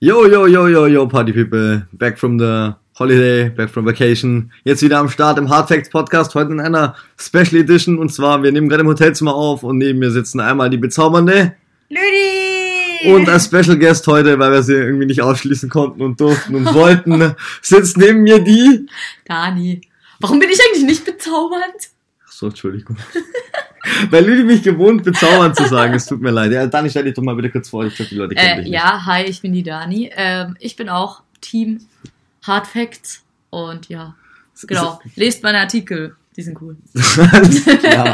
Yo, yo, yo, yo, yo, Party People. Back from the Holiday, back from Vacation. Jetzt wieder am Start im Hard Facts Podcast. Heute in einer Special Edition. Und zwar, wir nehmen gerade im Hotelzimmer auf und neben mir sitzen einmal die bezaubernde Lüdi! und als Special Guest heute, weil wir sie irgendwie nicht ausschließen konnten und durften und wollten, sitzt neben mir die. Dani. Warum bin ich eigentlich nicht bezaubernd? Ach So, Entschuldigung. Weil Lüdi mich gewohnt, bezaubernd zu sagen. Es tut mir leid. Ja, Dani, stell dich doch mal bitte kurz vor. Ich glaube, die Leute kennen Äh, dich nicht. ja, hi, ich bin die Dani. Ähm, ich bin auch Team Hard Facts und ja, genau. Lest meine Artikel, die sind cool. ja.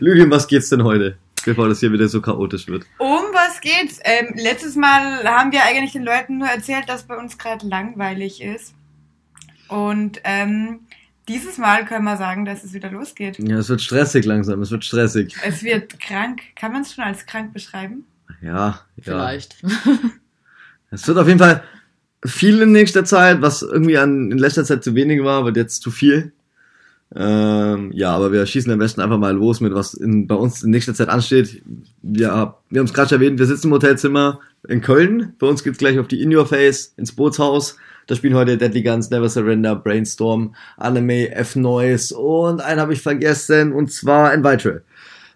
Lüdi, um was geht's denn heute? Bevor das hier wieder so chaotisch wird. Um was geht's? Ähm, letztes Mal haben wir eigentlich den Leuten nur erzählt, dass bei uns gerade langweilig ist. Und ähm, dieses Mal können wir sagen, dass es wieder losgeht. Ja, es wird stressig langsam, es wird stressig. Es wird krank. Kann man es schon als krank beschreiben? Ja, ja. Vielleicht. Es wird auf jeden Fall viel in nächster Zeit, was irgendwie an, in letzter Zeit zu wenig war, wird jetzt zu viel. Ähm, ja, aber wir schießen am besten einfach mal los mit, was in, bei uns in nächster Zeit ansteht. Ja, wir haben es gerade schon erwähnt, wir sitzen im Hotelzimmer in Köln. Bei uns geht's gleich auf die In Your Face ins Bootshaus. Da spielen heute Deadly Guns, Never Surrender, Brainstorm, Anime, F-Noise und einen habe ich vergessen und zwar Invitral.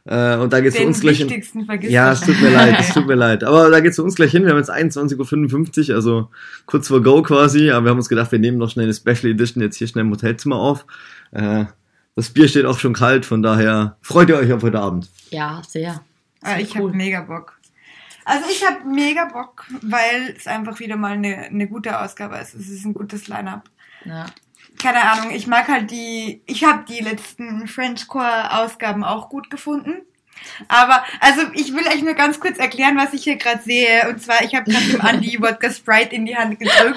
Äh, und da geht's für Den uns gleich in, wichtigsten vergisst Ja, man es tut mir leid, es tut mir leid. Aber da geht's zu uns gleich hin. Wir haben jetzt 21.55 Uhr, also kurz vor Go quasi. Aber wir haben uns gedacht, wir nehmen noch schnell eine Special Edition jetzt hier schnell im Hotelzimmer auf. Äh, das Bier steht auch schon kalt, von daher freut ihr euch auf heute Abend. ja, sehr. Ah, ich cool. habe mega Bock. Also ich habe mega Bock, weil es einfach wieder mal eine eine gute Ausgabe ist. Es ist ein gutes Line-up. Ja. Keine Ahnung, ich mag halt die, ich habe die letzten Frenchcore-Ausgaben auch gut gefunden. Aber, also ich will euch nur ganz kurz erklären, was ich hier gerade sehe. Und zwar, ich habe gerade dem Andi Wodka Sprite in die Hand gedrückt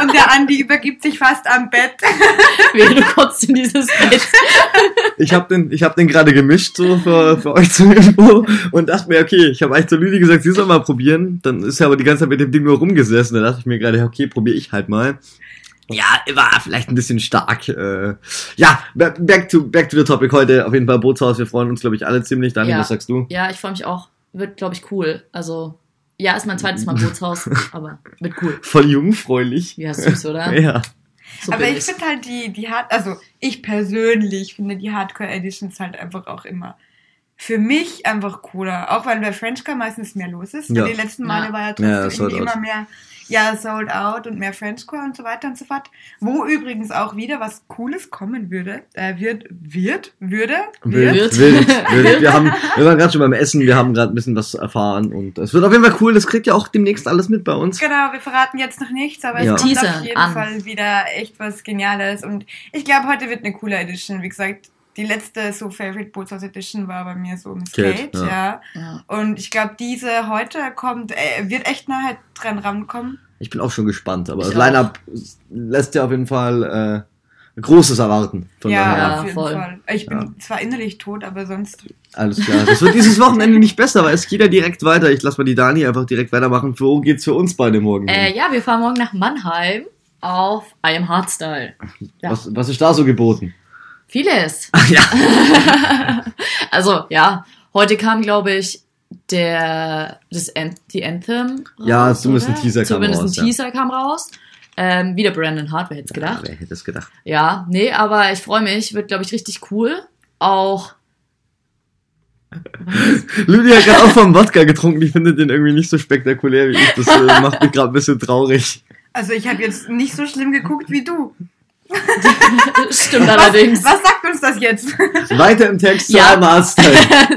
und der Andi übergibt sich fast am Bett. Wäre kurz in dieses Bett. Ich habe den, ich hab den gerade gemischt, so für, für euch zur Info. Und dachte mir, okay, ich habe eigentlich zu Lüdi gesagt, sie soll mal probieren. Dann ist er aber die ganze Zeit mit dem Ding nur rumgesessen. Da dachte ich mir gerade, okay, probiere ich halt mal. Ja, war vielleicht ein bisschen stark. Äh, ja, ba- back to, back to the topic heute. Auf jeden Fall Bootshaus. Wir freuen uns, glaube ich, alle ziemlich. Daniel, Ja. was sagst du? Ja, ich freue mich auch. Wird, glaube ich, cool. Also, ja, ist mein zweites Mal im Bootshaus, aber wird cool. Voll jungfräulich. Ja, süß, oder? Ja. So Aber bin ich finde halt die, die Hard, also ich persönlich finde die Hardcore Editions halt einfach auch immer für mich einfach cooler. Auch weil bei Frenchcore meistens mehr los ist. Ja. Die letzten Male Ja. war ja Ja, trotzdem sold irgendwie out. immer mehr, ja, sold out und mehr Frenchcore und so weiter und so fort. Wo übrigens auch wieder was Cooles kommen würde, äh, wird, wird, würde, Wild, wird. wild, wild. Wir, haben, wir waren gerade schon beim Essen, wir haben gerade ein bisschen was erfahren und es wird auf jeden Fall cool, das kriegt ihr auch demnächst alles mit bei uns. Genau, wir verraten jetzt noch nichts, aber Ja. es kommt Teasern auf jeden an. Fall wieder echt was Geniales. Und ich glaube, heute wird eine coole Edition. Wie gesagt, die letzte so Favorite Bootshaus Edition war bei mir so im Skate, Skate, ja. ja. Ja. Und ich glaube, diese heute kommt, äh, wird echt nah halt dran rankommen. Ich bin auch schon gespannt, aber Ich das Line-Up lässt ja auf jeden Fall äh, Großes erwarten. Von ja, daher, Ja, auf jeden voll. Fall. Ich bin Ja. zwar innerlich tot, aber sonst. alles klar. Das wird dieses Wochenende nicht besser, weil es geht ja direkt weiter. Ich lasse mal die Dani einfach direkt weitermachen. Wo geht's für uns beide morgen? Äh, hin? ja, wir fahren morgen nach Mannheim auf I Am Hardstyle. ja. Was, was ist da so geboten? Vieles. Ach ja. Also, ja, heute kam, glaube ich, der, das An die Anthem. Ja, raus, zumindest ein oder? Teaser kam zumindest raus, ja. ein Teaser kam raus. Ähm, wieder Brandon Hart, wer hätte Ja, gedacht. wer hätte es gedacht? Ja, nee, aber ich freue mich, wird, glaube ich, richtig cool. Auch, Lydia hat gerade auch vom Wodka getrunken. Ich finde den irgendwie nicht so spektakulär wie ich. Das äh, macht mich gerade ein bisschen traurig. Also ich habe jetzt nicht so schlimm geguckt wie du. stimmt Was, allerdings. was sagt uns das jetzt? Weiter im Text zu Ja. einem Arztteil.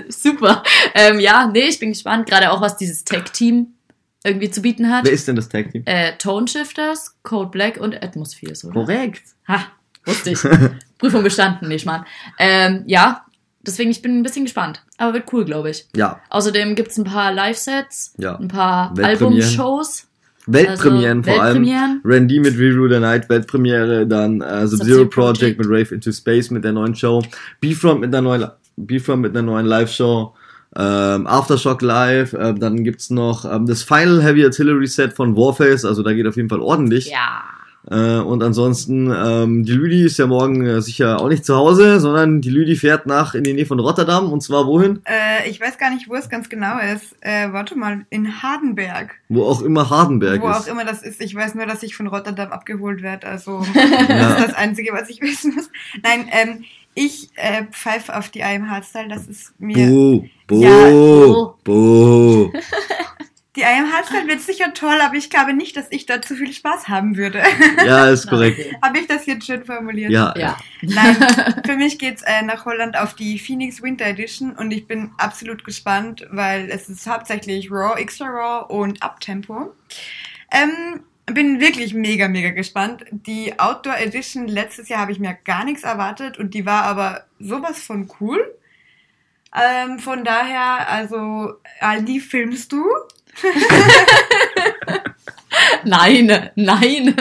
Super. Ähm, ja, nee, ich bin gespannt, gerade auch, was dieses Tech-Team irgendwie zu bieten hat. Wer ist denn das Tag Team? Äh, Tone Shifters, Code Black und Atmospheres, oder? Korrekt. Ha, wusste ich. Prüfung bestanden, nicht mal. Ähm, ja, deswegen, ich bin ein bisschen gespannt. Aber wird cool, glaube ich. Ja, Außerdem gibt's ein paar Live-Sets, Ja. ein paar Weltpremieren. Album-Shows. Weltpremieren also vor allem. Weltpremieren. Randy mit Review the Night, Weltpremiere, dann äh, Sub-Zero Sub-Zero Project Project. mit Rave Into Space mit der neuen Show, B-Front mit der neuen, B-Front mit einer neuen Live-Show, ähm, Aftershock Live, ähm, dann gibt's noch ähm, das Final Heavy Artillery Set von Warface, also da geht auf jeden Fall ordentlich. Ja. Äh, und ansonsten, ähm, die Lüdi ist ja morgen äh, sicher auch nicht zu Hause, sondern die Lüdi fährt nach in die Nähe von Rotterdam und zwar wohin? Äh, ich weiß gar nicht, wo es ganz genau ist. Äh, warte mal, in Hardenberg. Wo auch immer Hardenberg wo ist. auch immer das ist. Ich weiß nur, dass ich von Rotterdam abgeholt werde. Also das Ja. ist das Einzige, was ich wissen muss. Nein, ähm, ich äh, pfeife auf die im Hardstyle. Das ist mir. Bo, bo, Ja, bo. bo. Die im Hardstyle wird sicher toll, aber ich glaube nicht, dass ich da zu viel Spaß haben würde. Ja, ist korrekt. Okay. Habe ich das jetzt schön formuliert? Ja, Ja. Nein, für mich geht's äh, nach Holland auf die Phoenix Winter Edition und ich bin absolut gespannt, weil es ist hauptsächlich Raw, Extra Raw und Uptempo. Ähm, bin wirklich mega, mega gespannt. Die Outdoor Edition letztes Jahr habe ich mir gar nichts erwartet und die war aber sowas von cool. Ähm, von daher, also, Aldi, filmst du? Nein, nein.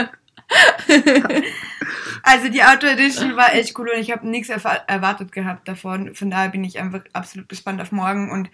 Also die Outdoor Edition war echt cool und ich habe nichts erfa- erwartet gehabt davon. Von daher bin ich einfach absolut gespannt auf morgen und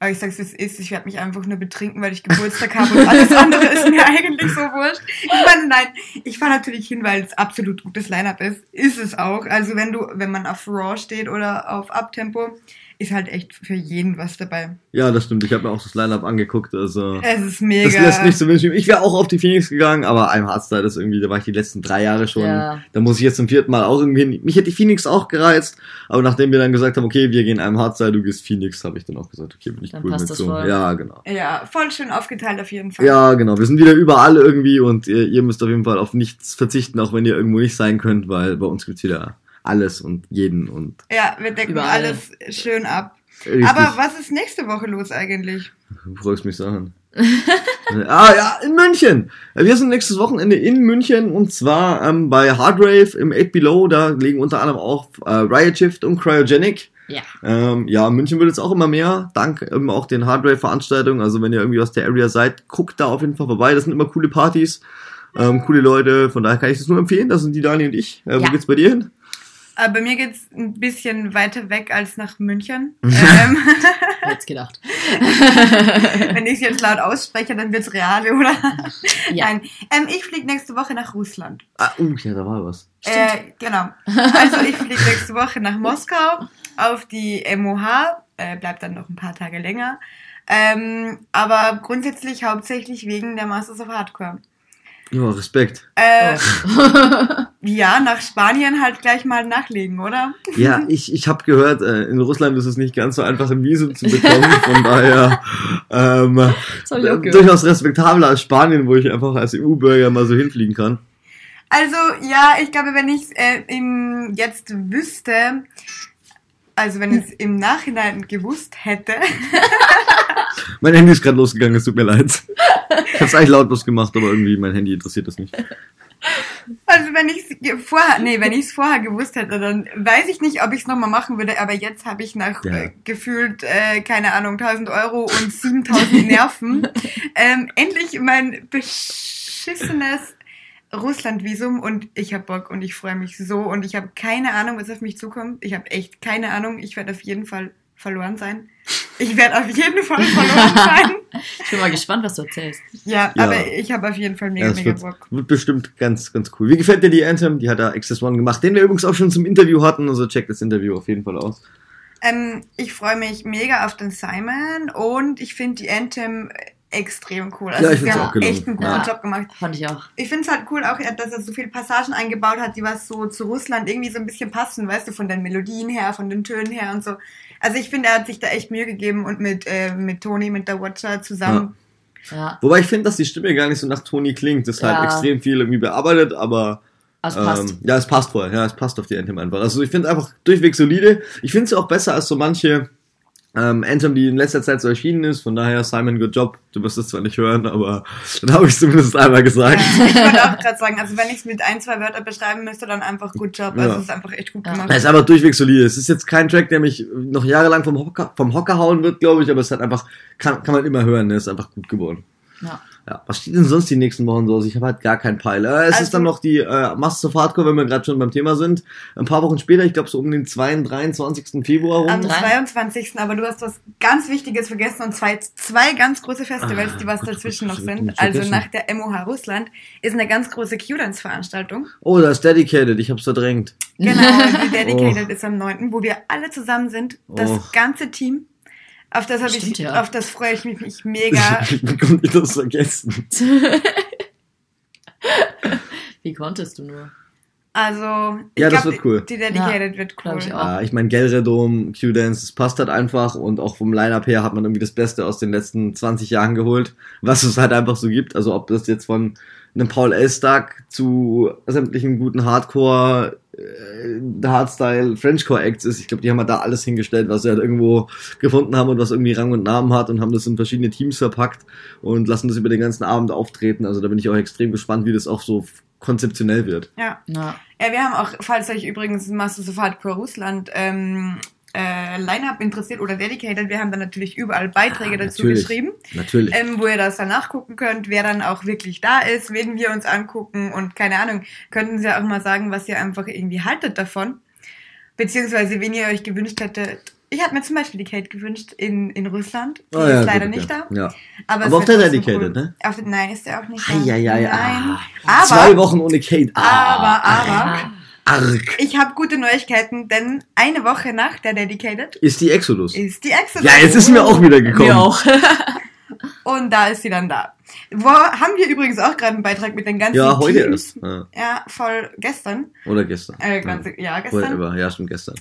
äh, ich sag's wie es ist, ich werde mich einfach nur betrinken, weil ich Geburtstag habe und alles andere ist mir eigentlich so wurscht. Ich meine, nein, ich fahre natürlich hin, weil es absolut gutes Line-Up ist. Ist es auch. Also wenn du, wenn man auf Raw steht oder auf Uptempo, ist halt echt für jeden was dabei. ja, das stimmt. Ich habe mir auch das Line-Up angeguckt. Also Es ist das mega. lässt nicht zu wünschen. übrig. Ich wäre auch auf die Phoenix gegangen, aber einem Hardstyle ist irgendwie, da war ich die letzten drei Jahre schon. Ja. Da muss ich jetzt zum vierten Mal auch irgendwie hin. Mich hätte die Phoenix auch gereizt, aber nachdem wir dann gesagt haben, okay, wir gehen einem Hardstyle, du gehst Phoenix, habe ich dann auch gesagt, okay, bin ich Dann cool passt mit das so. voll. Ja, genau. ja, voll schön aufgeteilt auf jeden Fall. Ja, genau. Wir sind wieder überall irgendwie und ihr, ihr müsst auf jeden Fall auf nichts verzichten, auch wenn ihr irgendwo nicht sein könnt, weil bei uns gibt's wieder alles und jeden und ja wir decken Überall. alles schön ab. richtig. Aber was ist nächste Woche los eigentlich? Du fragst mich Sachen. ah ja, in München. Wir sind nächstes Wochenende in München und zwar ähm, bei Hardrave im 8 Below. Da legen unter anderem auch äh, Riot Shift und Cryogenic. Ja. Ähm, ja, München wird jetzt auch immer mehr, dank eben auch den Hardrave-Veranstaltungen. Also wenn ihr irgendwie aus der Area seid, guckt da auf jeden Fall vorbei. Das sind immer coole Partys, ähm, coole Leute. Von daher kann ich das nur empfehlen. Das sind die Dani und ich. Äh, Wo Ja. geht's bei dir hin? Äh, bei mir geht's ein bisschen weiter weg als nach München. ähm, Hätt's gedacht. wenn ich es jetzt laut ausspreche, dann wird's real, oder? Ja. Nein. Ähm, ich fliege nächste Woche nach Russland. Ah, uh, ja, da war was. Äh, genau. Also ich fliege nächste Woche nach Moskau auf die MOH. Äh, bleibt dann noch ein paar Tage länger. Ähm, aber grundsätzlich hauptsächlich wegen der Masters of Hardcore. Ja, Respekt. Äh, Oh. Ja, nach Spanien halt gleich mal nachlegen, oder? Ja, ich, ich habe gehört, äh, in Russland ist es nicht ganz so einfach, ein Visum zu bekommen. Von daher ähm, Das Oh, hab ich auch gehört. durchaus respektabler als Spanien, wo ich einfach als EU-Bürger mal so hinfliegen kann. Also ja, ich glaube, wenn ich äh, im, jetzt wüsste, also wenn ich es im Nachhinein gewusst hätte, Mein Handy ist gerade losgegangen, es tut mir leid. Ich habe es eigentlich lautlos gemacht, aber irgendwie mein Handy interessiert das nicht. also wenn ich es vorher, nee, wenn ich es vorher gewusst hätte, dann weiß ich nicht, ob ich es nochmal machen würde, aber jetzt habe ich nach Ja. äh, gefühlt, äh, keine Ahnung, 1000 Euro und 7000 Nerven ähm, endlich mein beschissenes Russland-Visum und ich habe Bock und ich freue mich so und ich habe keine Ahnung, was auf mich zukommt. Ich habe echt keine Ahnung. Ich werde auf jeden Fall verloren sein. Ich werde auf jeden Fall verloren sein. Ich bin mal gespannt, was du erzählst. Ja, Ja. aber ich habe auf jeden Fall mega, Ja, es mega wird, Bock. wird bestimmt ganz, ganz cool. Wie gefällt dir die Anthem? Die hat da Access One gemacht, den wir übrigens auch schon zum Interview hatten. Also check das Interview auf jeden Fall aus. Ähm, ich freue mich mega auf den Simon und ich finde die Anthem extrem cool. Ja, ich sie find's haben auch gelungen. echt einen guten Ja. Job gemacht. Fand ich auch. Ich finde es halt cool auch, dass er so viele Passagen eingebaut hat, die was so zu Russland irgendwie so ein bisschen passen, weißt du, von den Melodien her, von den Tönen her und so. Also ich finde, er hat sich da echt Mühe gegeben und mit, äh, mit Toni, mit der Watcher zusammen. Ja, Wobei ich finde, dass die Stimme gar nicht so nach Toni klingt. Das ist Ja. halt extrem viel irgendwie bearbeitet, aber also passt. Ähm, ja, es passt voll. Ja, es passt auf die Anthem einfach. Also ich finde einfach durchweg solide. Ich finde sie auch besser als so manche ähm, Anthem, die in letzter Zeit so erschienen ist. Von daher, Simon, good job. Du wirst es zwar nicht hören, aber dann habe ich zumindest einmal gesagt. Ja, Äh, ich wollte auch gerade sagen, also wenn ich es mit ein, zwei Wörtern beschreiben müsste, dann einfach gut Job. Also Ja. es ist einfach echt gut Ja. gemacht. Es ist einfach durchweg solide. Es ist jetzt kein Track, der mich noch jahrelang vom Hocker, vom Hocker hauen wird, glaube ich, aber es hat einfach, kann, kann man immer hören, ne? ist einfach gut geworden. Ja. Ja, was steht denn sonst die nächsten Wochen so aus? Ich habe halt gar keinen Peil. Äh, es Also- ist dann noch die äh, Masters of Hardcore, wenn wir gerade schon beim Thema sind. Ein paar Wochen später, ich glaube so um den 22, 23. Februar rum. Am dran. 22. Aber du hast was ganz Wichtiges vergessen und zwei, zwei ganz große Festivals, Ah, die was Gott, dazwischen Gott, noch Gott, sind. nicht Also vergessen. nach der MOH Russland ist eine ganz große Q-Dance-Veranstaltung. Oh, da ist Dedicated, ich hab's verdrängt. Genau, die Dedicated ist am 9., wo wir alle zusammen sind, das Oh. ganze Team. Auf das, hab ich, Stimmt, ja. auf das freue ich mich, mich mega. Wie konnte ich das vergessen? Wie konntest du nur? Also, ich Ja, das glaub, wird cool. Die Dedicated wird glaub cool. ich auch. Ja, Äh, ich meine, Gelredom, Q-Dance, das passt halt einfach und auch vom Line-Up her hat man irgendwie das Beste aus den letzten 20 Jahren geholt, was es halt einfach so gibt. Also ob das jetzt von einem Paul Elstag zu sämtlichen guten Hardcore, äh, Hardstyle, Frenchcore-Acts ist, ich glaube, die haben halt da alles hingestellt, was sie halt irgendwo gefunden haben und was irgendwie Rang und Namen hat und haben das in verschiedene Teams verpackt und lassen das über den ganzen Abend auftreten. Also da bin ich auch extrem gespannt, wie das auch so konzeptionell wird. Ja. Ja. ja, wir haben auch, falls euch übrigens Masters of Hardcore Russland ähm, äh, Line-Up interessiert oder Dedicated, wir haben dann natürlich überall Beiträge Ah, dazu natürlich. geschrieben. Natürlich. ähm, wo ihr das dann nachgucken könnt, wer dann auch wirklich da ist, wen wir uns angucken und keine Ahnung, könnten sie ja auch mal sagen, was ihr einfach irgendwie haltet davon, beziehungsweise wen ihr euch gewünscht hättet. Ich habe mir zum Beispiel die Kate gewünscht in, in Russland, die Ah, ist gut, leider okay. nicht da. Ja. Aber, Aber es auf wird der trotzdem Dedicated, ne? Auf, nein, ist er auch nicht da. Eieiei, Nein. ah. Aber, Zwei Wochen ohne Kate. Ah, aber, aber, Ah, arg. ich habe gute Neuigkeiten, denn eine Woche nach der Dedicated Ist die Exodus. ist die Exodus. Ja, jetzt ist mir auch wieder gekommen. mir auch. Und da ist sie dann da. Wo haben wir übrigens auch gerade einen Beitrag mit den ganzen Ja, heute erst. Teams. Ja. Ja, voll gestern. Oder gestern. Äh, ganz, ja, ja. gestern. Whatever. ja, stimmt, gestern.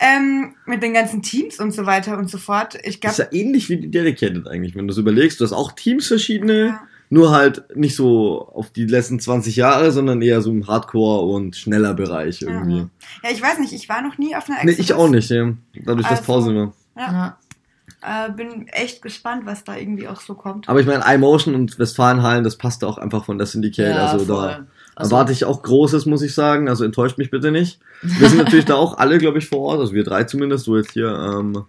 Ähm, mit den ganzen Teams und so weiter und so fort. Ich Ist glaube, ja ähnlich wie die Dedicated eigentlich, wenn du es überlegst. Du hast auch Teams verschiedene, Ja. nur halt nicht so auf die letzten 20 Jahre, sondern eher so im Hardcore- und schneller Bereich irgendwie. Ja. ja, ich weiß nicht, ich war noch nie auf einer Nee, ich auch nicht, ja. dadurch, dass Also- Pause war. Ja. Äh, bin echt gespannt, was da irgendwie auch so kommt. Aber ich meine, iMotion und Westfalenhallen, das passt auch einfach von der Syndicate. Ja, also da voll. Also, Erwarte ich auch Großes, muss ich sagen. Also enttäuscht mich bitte nicht. Wir sind natürlich da auch alle, glaube ich, vor Ort. Also wir drei zumindest, wo jetzt hier ähm,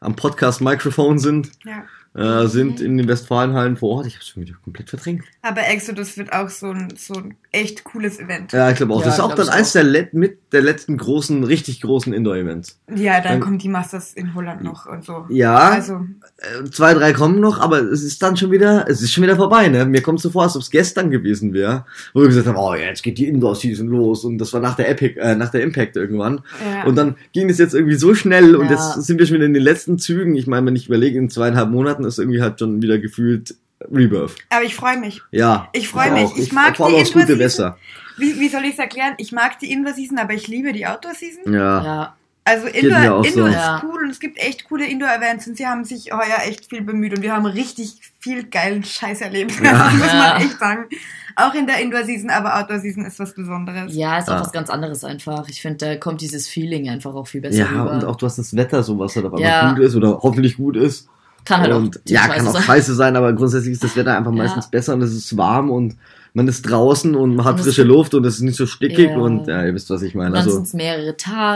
am Podcast-Mikrofon sind, Ja. äh, sind in den Westfalenhallen vor Ort. Ich habe schon wieder komplett verdrängt. Aber Exodus wird auch so ein, so ein echt cooles Event. Ja, Ja, ich glaube auch. Ja, das ist auch glaub dann ich eins auch. der, Let mit der letzten großen, richtig großen Indoor-Events. dann Dann- kommt die Masters in Holland noch und so. Ja, Also, äh, zwei, drei kommen noch, aber es ist dann schon wieder, es ist schon wieder vorbei. Ne? Mir kommt so vor, als ob es gestern gewesen wäre, wo wir gesagt haben, oh, jetzt geht die Indoor-Season los und das war nach der Epic, äh, nach der Impact irgendwann. ja. Und dann ging es jetzt irgendwie so schnell und Ja. jetzt sind wir schon wieder in den letzten Zügen. Ich meine, wenn ich überlege, in zweieinhalb Monaten ist irgendwie halt schon wieder gefühlt Rebirth. Aber ich freue mich. Ja. Ich freu auch. mich. Ich mag vor allem die aufs Gute Indoor-Season. besser. Wie, wie soll ich es erklären? Ich mag die Indoor-Season, aber ich liebe die Outdoor-Season. Ja. ja. Also mir Indoor, auch so. Indoor Ja. ist cool und es gibt echt coole Indoor-Events und sie haben sich heuer echt viel bemüht und wir haben richtig viel geilen Scheiß erlebt. Das muss Ja. man echt sagen. Auch in der Indoor-Season, aber Outdoor-Season ist was Besonderes. ja, ist auch Ja. was ganz anderes einfach. Ich finde, da kommt dieses Feeling einfach auch viel besser Ja, rüber. und auch du hast das Wetter, so was halt auf einmal Ja. gut ist oder hoffentlich gut ist. kann halt und auch die ja, Scheiße kann auch sein. scheiße sein, aber grundsätzlich ist das Wetter einfach Ja. meistens besser und es ist warm und man ist draußen und man hat Und es frische gibt- Luft und es ist nicht so stickig Ja. und ja, ihr wisst, was ich Und meine. dann Also sind es mehrere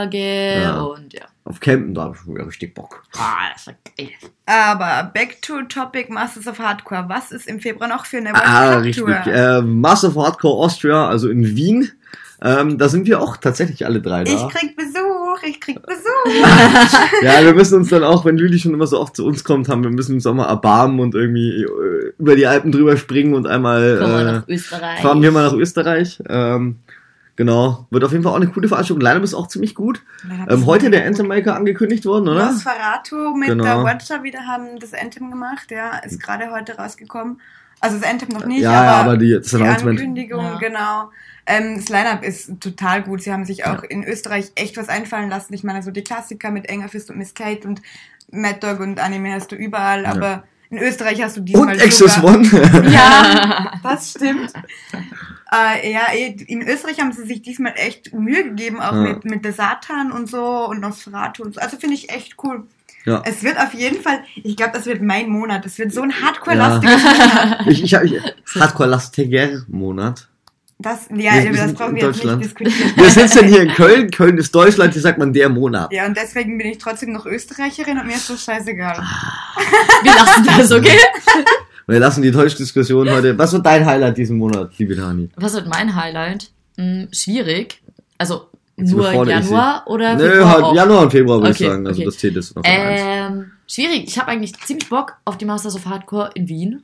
Tage Ja. und ja. auf Campen, da habe ich schon wieder richtig Bock. Ah, das war geil. Aber back to topic Masters of Hardcore. Was ist im Februar noch für eine Ah, World Cup richtig. Tour? Äh, Massive Hardcore Austria, also in Wien. Ähm, da sind wir auch tatsächlich alle drei da. Ich krieg Besuch, ich krieg Besuch. Ja, wir müssen uns dann auch, wenn Lüli schon immer so oft zu uns kommt, haben wir müssen uns auch mal erbarmen und irgendwie äh, über die Alpen drüber springen und Kommen wir nach einmal äh, Österreich. fahren wir mal nach Österreich. Ähm, genau, wird auf jeden Fall auch eine coole Veranstaltung. Leider ist auch ziemlich gut. Ähm, heute der Anthem Maker angekündigt worden, oder? Nosferatu mit Genau. Hm. der Watcher wieder haben das Anthem gemacht. Ja, ist gerade heute rausgekommen. Also das Anthem noch nicht, ja, aber, ja, aber die, das die Announcement. Ankündigung, Ja. genau. Ähm, das Line-Up ist total gut. Sie haben sich auch in Österreich echt was einfallen lassen. Ich meine, so die Klassiker mit Enger Fist und Miss Kate und Mad Dog und Anime hast du überall, Ja. aber in Österreich hast du Und diesmal Access sogar... One. Ja, das stimmt. äh, ja, eh, in Österreich haben sie sich diesmal echt Mühe gegeben, auch Ja. mit, mit der Satan und so und Nosferatu und so. Also finde ich echt cool. ja. Es wird auf jeden Fall, ich glaube, das wird mein Monat. Es wird so ein Ja. Hardcore-lastiges Monat. Ich, ich, ich, Hardcore-Lastiger-Monat. Das, ja, Wir über das sind brauchen in wir jetzt nicht Deutschland. diskutieren. Wir sitzen hier in Köln. Köln ist Deutschland. Hier sagt man der Monat. Ja, und deswegen bin ich trotzdem noch Österreicherin und mir ist das scheißegal. Wir lassen das, okay? Wir lassen die Deutschdiskussion heute. Was wird dein Highlight diesen Monat, liebe Dani? Was wird mein Highlight? Hm, schwierig. Also Jetzt nur überfordere ich Januar oder Nö, Äh, Februar halt auch? Januar und Februar würde Okay, ich sagen. Also okay. das zählt jetzt noch so eins. Ähm, schwierig. Ich habe eigentlich ziemlich Bock auf die Masters of Hardcore in Wien.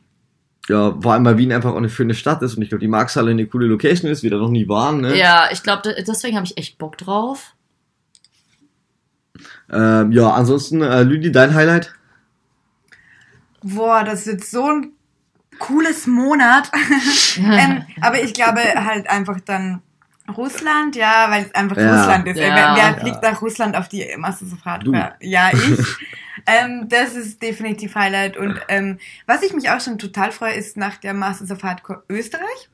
Ja, vor allem, weil Wien einfach auch eine schöne Stadt ist und ich glaube, die Marxhalle eine coole Location ist, wir da noch nie waren, ne? Ja, ich glaube, deswegen habe ich echt Bock drauf. Ähm, ja, ansonsten, äh, Lüdi, dein Highlight? Boah, das ist jetzt so ein cooles Monat. ähm, aber ich glaube halt einfach dann Russland, ja, weil es einfach Ja. Russland ist. Ey, Ja. Wer, wer Ja. fliegt nach Russland auf die Masters of Hardcore? Ja, ich. ähm, das ist definitiv Highlight. Und ähm, was ich mich auch schon total freue, ist nach der Masters of Hardcore Österreich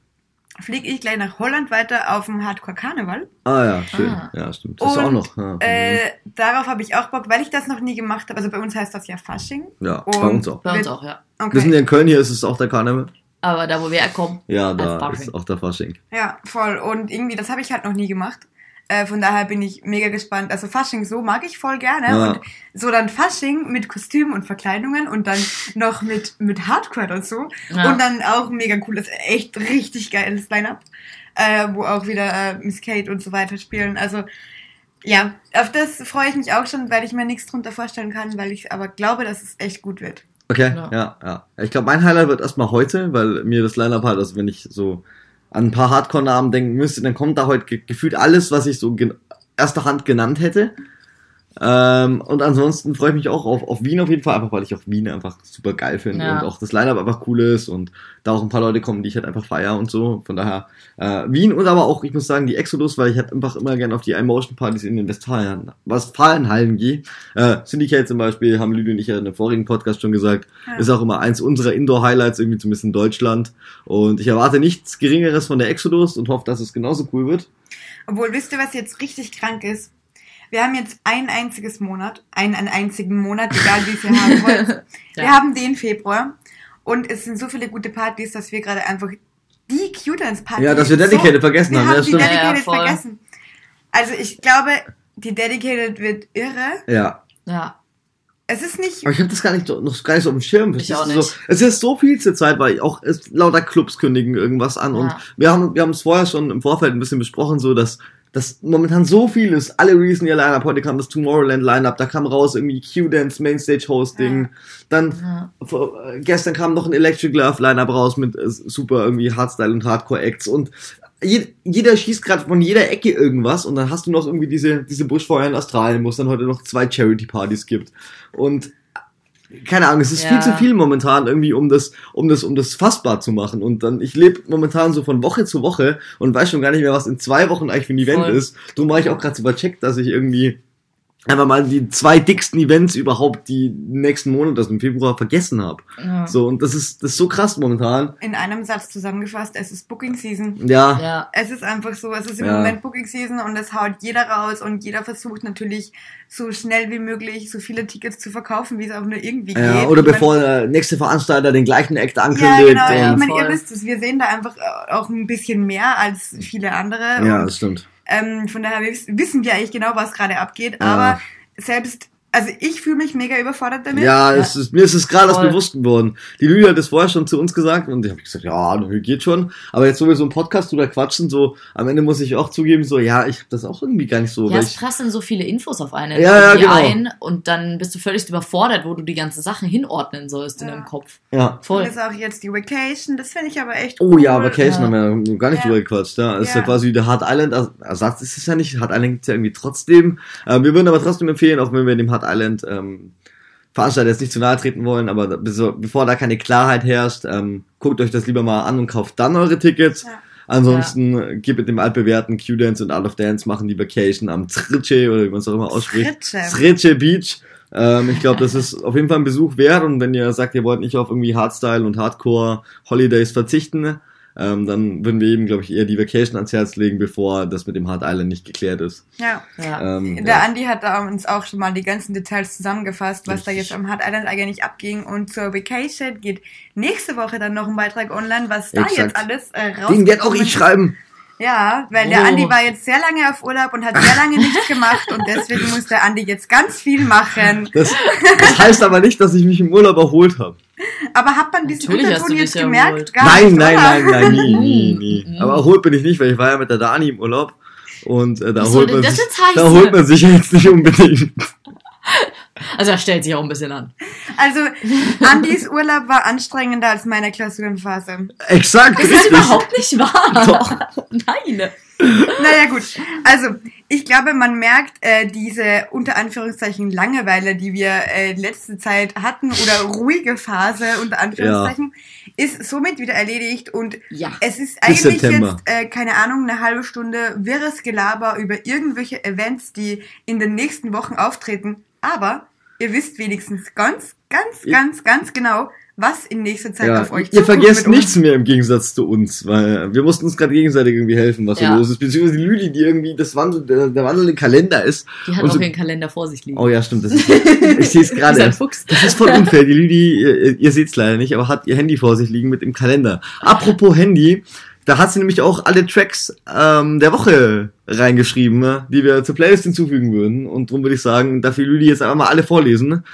fliege ich gleich nach Holland weiter auf dem Hardcore Karneval. Ah ja, schön. Ah. Ja, stimmt. Das ist Und, auch noch. Ah, mhm. Ja, Äh, darauf habe ich auch Bock, weil ich das noch nie gemacht habe. Also bei uns heißt das ja Fasching. ja und- bei uns auch. Bei uns wir- auch, ja. Wir sind Okay. ja in Köln, hier ist es auch der Karneval. Aber da, wo wir herkommen. Ja, Als da Fasching. ist auch der Fasching. Ja, voll. Und irgendwie, das habe ich halt noch nie gemacht. Äh, von daher bin ich mega gespannt. Also Fasching so mag ich voll gerne. Ja. Und so dann Fasching mit Kostüm und Verkleidungen und dann noch mit, mit Hardcore und so. Ja. Und dann auch ein mega cooles, echt richtig geiles Line-Up. Äh, wo auch wieder äh, Miss Kate und so weiter spielen. Also ja, auf das freue ich mich auch schon, weil ich mir nichts drunter vorstellen kann, weil ich aber glaube, dass es echt gut wird. Okay, ja, Ja. ja. Ich glaube, mein Highlight wird erstmal heute, weil mir das Line-Up halt, also wenn ich so an ein paar Hardcore-Namen denken müsste, dann kommt da heute ge gefühlt alles, was ich so gen- erster Hand genannt hätte. Ähm, und ansonsten freue ich mich auch auf, auf Wien auf jeden Fall, einfach weil ich auch Wien einfach super geil finde Ja. und auch das Line-Up einfach cool ist und da auch ein paar Leute kommen, die ich halt einfach feier und so. Von daher äh, Wien und aber auch, ich muss sagen, die Exodus, weil ich halt einfach immer gerne auf die Emotion-Partys in den Westfalen, Westfalenhallen gehe. Äh, Syndicate zum Beispiel, haben Lüdi und ich ja in einem vorigen Podcast schon gesagt, Ja. ist auch immer eins unserer Indoor-Highlights, irgendwie zumindest in Deutschland. Und ich erwarte nichts Geringeres von der Exodus und hoffe, dass es genauso cool wird. Obwohl, wisst ihr, was jetzt richtig krank ist? Wir haben jetzt ein einziges Monat, einen, einen einzigen Monat, egal wie viel ihr haben wollt. Wir Ja. haben den Februar und es sind so viele gute Partys, dass wir gerade einfach die q dance party Ja, dass wir Dedicated vergessen wir haben, haben ja, die stimmt. Dedicated Ja, voll. vergessen. Also ich glaube, die Dedicated wird irre. Ja, Ja. Es ist nicht... aber ich habe das gar nicht so- noch gar nicht so auf dem Schirm. Ich verstehst auch du So, nicht. es ist so viel zur Zeit, weil auch es, lauter Clubs kündigen irgendwas an und Ja. wir haben wir haben es vorher schon im Vorfeld ein bisschen besprochen, so dass dass momentan so viel ist. Alle Reason ihr Lineup, heute kam das Tomorrowland Lineup, da kam raus irgendwie Q-Dance, Mainstage Hosting, Ja. dann ja. Vor, äh, gestern kam noch ein Electric Love Lineup raus mit äh, super irgendwie Hardstyle und Hardcore Acts und je, jeder schießt gerade von jeder Ecke irgendwas und dann hast du noch irgendwie diese diese Buschfeuer in Australien, wo es dann heute noch zwei Charity Partys gibt und äh, keine Ahnung, es ist Ja. viel zu viel momentan irgendwie, um das, um das, um das fassbar zu machen. Und dann, ich lebe momentan so von Woche zu Woche und weiß schon gar nicht mehr, was in zwei Wochen eigentlich für ein Event Voll. ist. Darum war ich auch gerade so übercheckt, dass ich irgendwie einfach mal die zwei dicksten Events überhaupt die nächsten Monate, also im Februar, vergessen habe. Ja. So, und das ist, das ist so krass momentan. In einem Satz zusammengefasst, es ist Booking Season. Ja, ja. Es ist einfach so, es ist im Ja. Moment Booking Season und es haut jeder raus und jeder versucht natürlich so schnell wie möglich so viele Tickets zu verkaufen, wie es auch nur irgendwie ja. geht. äh, oder Ich mein- bevor der nächste Veranstalter den gleichen Act Ja, ankündigt. genau. und, ich meine, ihr Voll. wisst es, wir sehen da einfach äh, auch ein bisschen mehr als viele andere. ja, Und, das stimmt. ähm, von daher wiss- wissen wir eigentlich genau, was gerade abgeht. Ja. Aber selbst, also ich fühle mich mega überfordert damit. Ja, es ist, mir ist es gerade erst Voll. bewusst geworden. Die Lydia hat es vorher schon zu uns gesagt und ich habe gesagt, ja, nö, geht schon. Aber jetzt, wo wir so einen Podcast drüber quatschen, so am Ende muss ich auch zugeben, so, ja, ich habe das auch irgendwie gar nicht so. Ja, weil es ich, prasseln so viele Infos auf einen Ja, ja, irgendwie genau. ein und dann bist du völlig überfordert, wo du die ganzen Sachen hinordnen sollst in Ja. deinem Kopf. ja. Und Voll. ist auch jetzt die Vacation, das finde ich aber echt Oh ja, cool. Vacation Ja. haben wir ja gar nicht Ja. drüber gequatscht. Ja. Ist ja. Ja. quasi der Hard Island Er- Ersatz ist es ja nicht. Hard Island gibt's ja irgendwie trotzdem. Ähm, wir würden aber trotzdem empfehlen, auch wenn wir dem Hard Island ähm, Veranstalter jetzt nicht zu nahe treten wollen, aber da- bis- bevor da keine Klarheit herrscht, ähm, guckt euch das lieber mal an und kauft dann eure Tickets. Ja. Ansonsten äh, geht mit dem altbewährten Q-Dance und Art of Dance machen die Vacation am Trice oder wie man es auch immer ausspricht. Trice. Trice Beach. Ähm, ich glaube, das ist auf jeden Fall ein Besuch wert und wenn ihr sagt, ihr wollt nicht auf irgendwie Hardstyle und Hardcore Holidays verzichten, ähm, dann würden wir eben, glaube ich, eher die Vacation ans Herz legen, bevor das mit dem Hard Island nicht geklärt ist. Ja. Ja. Ähm, Der ja. Andi hat da uns auch schon mal die ganzen Details zusammengefasst, was da Richtig. jetzt am Hard Island eigentlich abging. Und zur Vacation geht nächste Woche dann noch ein Beitrag online, was da Exakt. jetzt alles äh, raus. Den werde auch ich schreiben. Ja, weil der Oh. Andi war jetzt sehr lange auf Urlaub und hat sehr lange nichts gemacht und deswegen muss der Andi jetzt ganz viel machen. Das, das heißt aber nicht, dass ich mich im Urlaub erholt habe. Aber hat man diesen Natürlich hast du Unterton dich jetzt ja gemerkt? erholt. Gar nein, nicht, nein, oder? nein, nein, nie, nie, Mm, nie. mm. Aber erholt bin ich nicht, weil ich war ja mit der Dani im Urlaub und äh, da, Was soll holt denn man das sich, jetzt heißen? da holt man sich jetzt nicht unbedingt. Also er stellt sich auch ein bisschen an. Also, Andis Urlaub war anstrengender als meine Klausurenphase. Exakt, Das ist richtig. überhaupt nicht wahr. Doch. Nein. Naja, gut. Also, ich glaube, man merkt äh, diese unter Anführungszeichen Langeweile, die wir äh, letzte Zeit hatten, oder ruhige Phase unter Anführungszeichen, ist somit wieder erledigt und Ja. es ist eigentlich September. jetzt, äh, keine Ahnung, eine halbe Stunde wirres Gelaber über irgendwelche Events, die in den nächsten Wochen auftreten. Aber ihr wisst wenigstens ganz, ganz, Ihr- ganz, ganz genau, was in nächster Zeit Ja, auf euch ihr zukommt vergesst mit uns. nichts mehr im Gegensatz zu uns, weil wir mussten uns gerade gegenseitig irgendwie helfen, was Ja. so los ist. Beziehungsweise die Lüli, die irgendwie das Wandel, der, der wandelnde Kalender ist. Die hat Und auch so- ihren Kalender vor sich liegen. Also- Oh ja, stimmt. Das ist, ich sehe es Die gerade. ist ein erst. Fuchs. Das ist voll unfair. Die Lüdi, ihr, ihr seht es leider nicht, aber hat ihr Handy vor sich liegen mit dem Kalender. Apropos Handy, da hat sie nämlich auch alle Tracks ähm, der Woche reingeschrieben, ne, die wir zur Playlist hinzufügen würden. Und darum würde ich sagen, darf die Lüdi jetzt einfach mal alle vorlesen.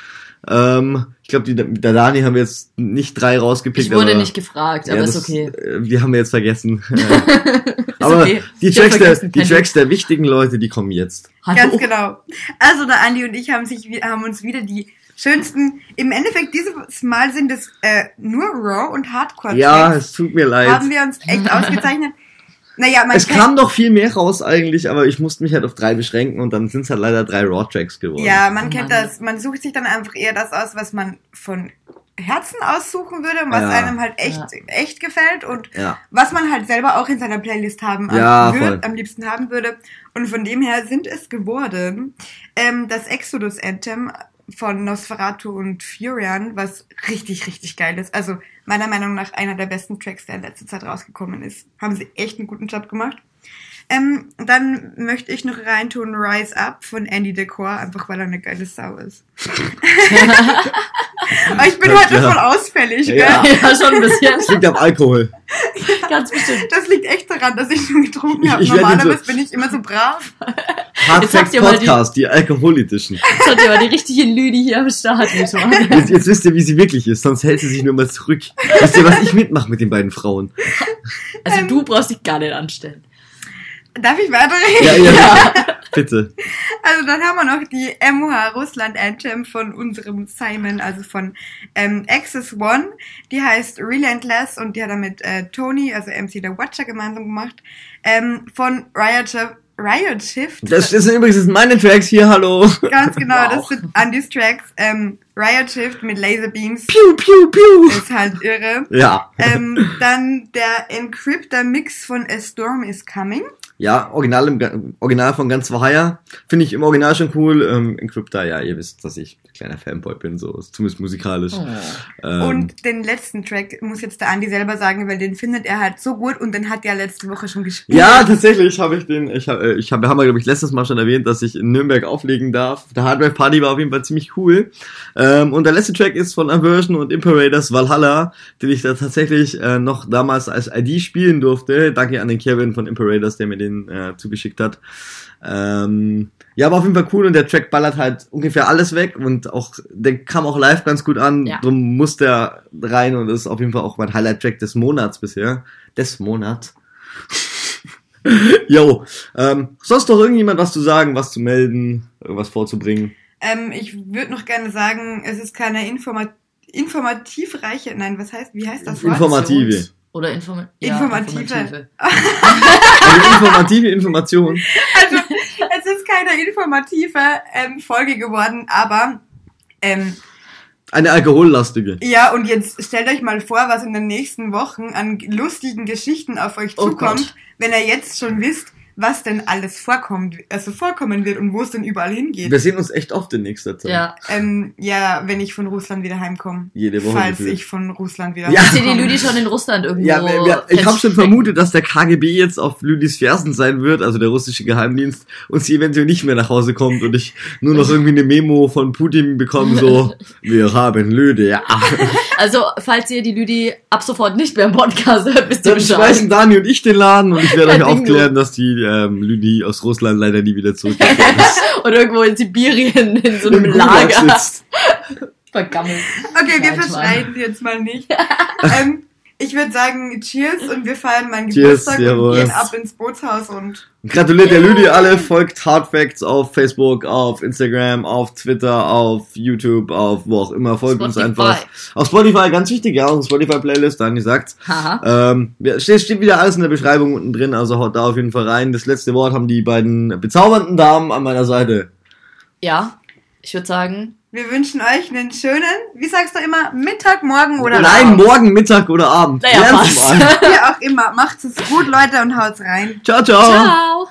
Ähm, ich glaube, die der Dani haben wir jetzt nicht drei rausgepickt. Ich wurde aber, nicht gefragt, aber genau. ja, ist das, okay. äh, Die haben wir jetzt vergessen. Äh, aber okay. die, Ich hab Tracks der, vergessen, die Penny. Tracks der wichtigen Leute, die kommen jetzt. Hallo. Ganz genau. Also der Andi und ich haben, sich, wi- haben uns wieder die schönsten, im Endeffekt dieses Mal sind es äh, nur Raw und Hardcore. Ja, Tracks. es tut mir leid. haben wir uns echt ausgezeichnet. Naja, mein Es kam doch viel mehr raus eigentlich, aber ich musste mich halt auf drei beschränken und dann sind es halt leider drei Raw-Tracks geworden. ja, man Oh kennt Mann. das. Man sucht sich dann einfach eher das aus, was man von Herzen aussuchen würde und was Ja. einem halt echt, Ja. echt gefällt und Ja. was man halt selber auch in seiner Playlist haben Ja, am, voll. würd, am liebsten haben würde. Und von dem her sind es geworden ähm, das Exodus Anthem von Nosferatu und Furian, was richtig, richtig geil ist. Also meiner Meinung nach einer der besten Tracks, der in letzter Zeit rausgekommen ist. Haben sie echt einen guten Job gemacht. Ähm, dann möchte ich noch reintun Rise Up von Andy Decor, einfach weil er eine geile Sau ist. Aber ich bin Na heute klar. voll ausfällig, gell? Ja. Ja, schon ein bisschen. Es liegt am Alkohol. Ganz bestimmt. Das liegt echt daran, dass ich schon getrunken Ich- habe. ich werd ihn Normalerweise so- bin ich immer so brav. Hard Jetzt habt Facts ihr mal die- Podcast, die, Alkohol Edition. Jetzt hat ihr aber die richtige Lüdi hier am Start mit Mann. Jetzt, jetzt wisst ihr, wie sie wirklich ist, sonst hält sie sich nur mal zurück. Wisst ihr, was ich mitmache mit den beiden Frauen? Also Ähm. du brauchst dich gar nicht anstellen. Darf ich weiterreden? Ja, ja, ja. Bitte. Also dann haben wir noch die MOH Russland Anthem von unserem Simon, also von ähm, Access One. Die heißt Relentless und die hat er mit äh, Tony, also MC der Watcher, gemeinsam gemacht. Ähm, von Riot Shift. Riot Shift. Das, das sind übrigens das sind meine Tracks hier, hallo. Ganz genau, Wow. das sind Andy's Tracks. Ähm, Riot Shift mit Laser Beams Piu, piu, piu. ist halt irre. Ja. ähm, dann der Encryptor Mix von A Storm is Coming. Ja, Original, im, Ga- Original von ganz Higher. Finde ich im Original schon cool. Ähm, Encrypta, ja, ihr wisst, dass ich ein kleiner Fanboy bin, so zumindest musikalisch. Hm. Ähm, Und den letzten Track muss jetzt der Andi selber sagen, weil den findet er halt so gut und den hat er letzte Woche schon gespielt. Ja, tatsächlich habe ich den, ich habe, äh, ich hab, wir haben ja, glaube ich, letztes Mal schon erwähnt, dass ich in Nürnberg auflegen darf. Der Hardware Party war auf jeden Fall ziemlich cool. Ähm, und der letzte Track ist von Aversion und Imperators Valhalla, den ich da tatsächlich äh, noch damals als ID spielen durfte. Danke an den Kevin von Imperators, der mir den äh, zugeschickt hat. Ähm, ja, aber auf jeden Fall cool und der Track ballert halt ungefähr alles weg und auch, der kam auch live ganz gut an, Ja. drum muss der rein und ist auf jeden Fall auch mein Highlight-Track des Monats bisher. Des Monats. Jo, ähm, sonst noch irgendjemand was zu sagen, was zu melden, irgendwas vorzubringen? Ähm, ich würde noch gerne sagen, es ist keine informa informativ reiche, nein, was heißt, wie heißt das Wort? Informa- Informative. Oder informa Informative. Also informative Information. also, es ist keine informative ähm, Folge geworden, aber ähm, Eine alkohollastige. ja, und jetzt stellt euch mal vor, was in den nächsten Wochen an lustigen Geschichten auf euch Oh zukommt, Gott. wenn ihr jetzt schon wisst, was denn alles vorkommt, also vorkommen wird und wo es denn überall hingeht. Wir sehen uns echt oft in nächster Zeit. Ja. Ähm, ja, wenn ich von Russland wieder heimkomme. Jede Woche Falls gefühlt. ich von Russland wieder Ja. Ist dir die heimkomme. Lüdi schon in Russland irgendwo? Ja, wer- wer- ich habe schon feststecken? vermutet, dass der KGB jetzt auf Lüdis Fersen sein wird, also der russische Geheimdienst, und sie eventuell nicht mehr nach Hause kommt und ich nur noch irgendwie eine Memo von Putin bekomme, so, wir haben Lüde, ja. Also, falls ihr die Lüdi ab sofort nicht mehr im Podcast hört, wisst ihr Dann schmeißen Bescheid. Dani und ich den Laden und ich werde euch Ja, Bingo. aufklären, dass die ähm, Lüdi aus Russland leider nie wieder zurückgekehrt ist. Oder irgendwo in Sibirien in so Im einem Gulag Lager. sitzt. Vergammelt. Okay, wir Nein, verschreien sie jetzt mal nicht. ähm, ich würde sagen, cheers und wir feiern meinen Cheers, Geburtstag jawohl. und gehen ab ins Bootshaus und Gratuliert der Lüdi alle, folgt Hard Facts auf Facebook, auf Instagram, auf Twitter, auf YouTube, auf wo auch immer, folgt uns Spotify. einfach. Auf Spotify, ganz wichtig, ja, unsere Spotify-Playlist, Dani sagt's. Haha. Ähm, ja, steht, steht wieder alles in der Beschreibung unten drin, also haut da auf jeden Fall rein. Das letzte Wort haben die beiden bezaubernden Damen an meiner Seite. Ja, ich würde sagen, wir wünschen euch einen schönen, wie sagst du immer, Mittag, Morgen oder Nein, Abend. morgen, Mittag oder Abend. naja, Lernt's passt. mal. Wie auch immer. Macht's es gut, Leute, und haut's rein. Ciao, ciao. Ciao.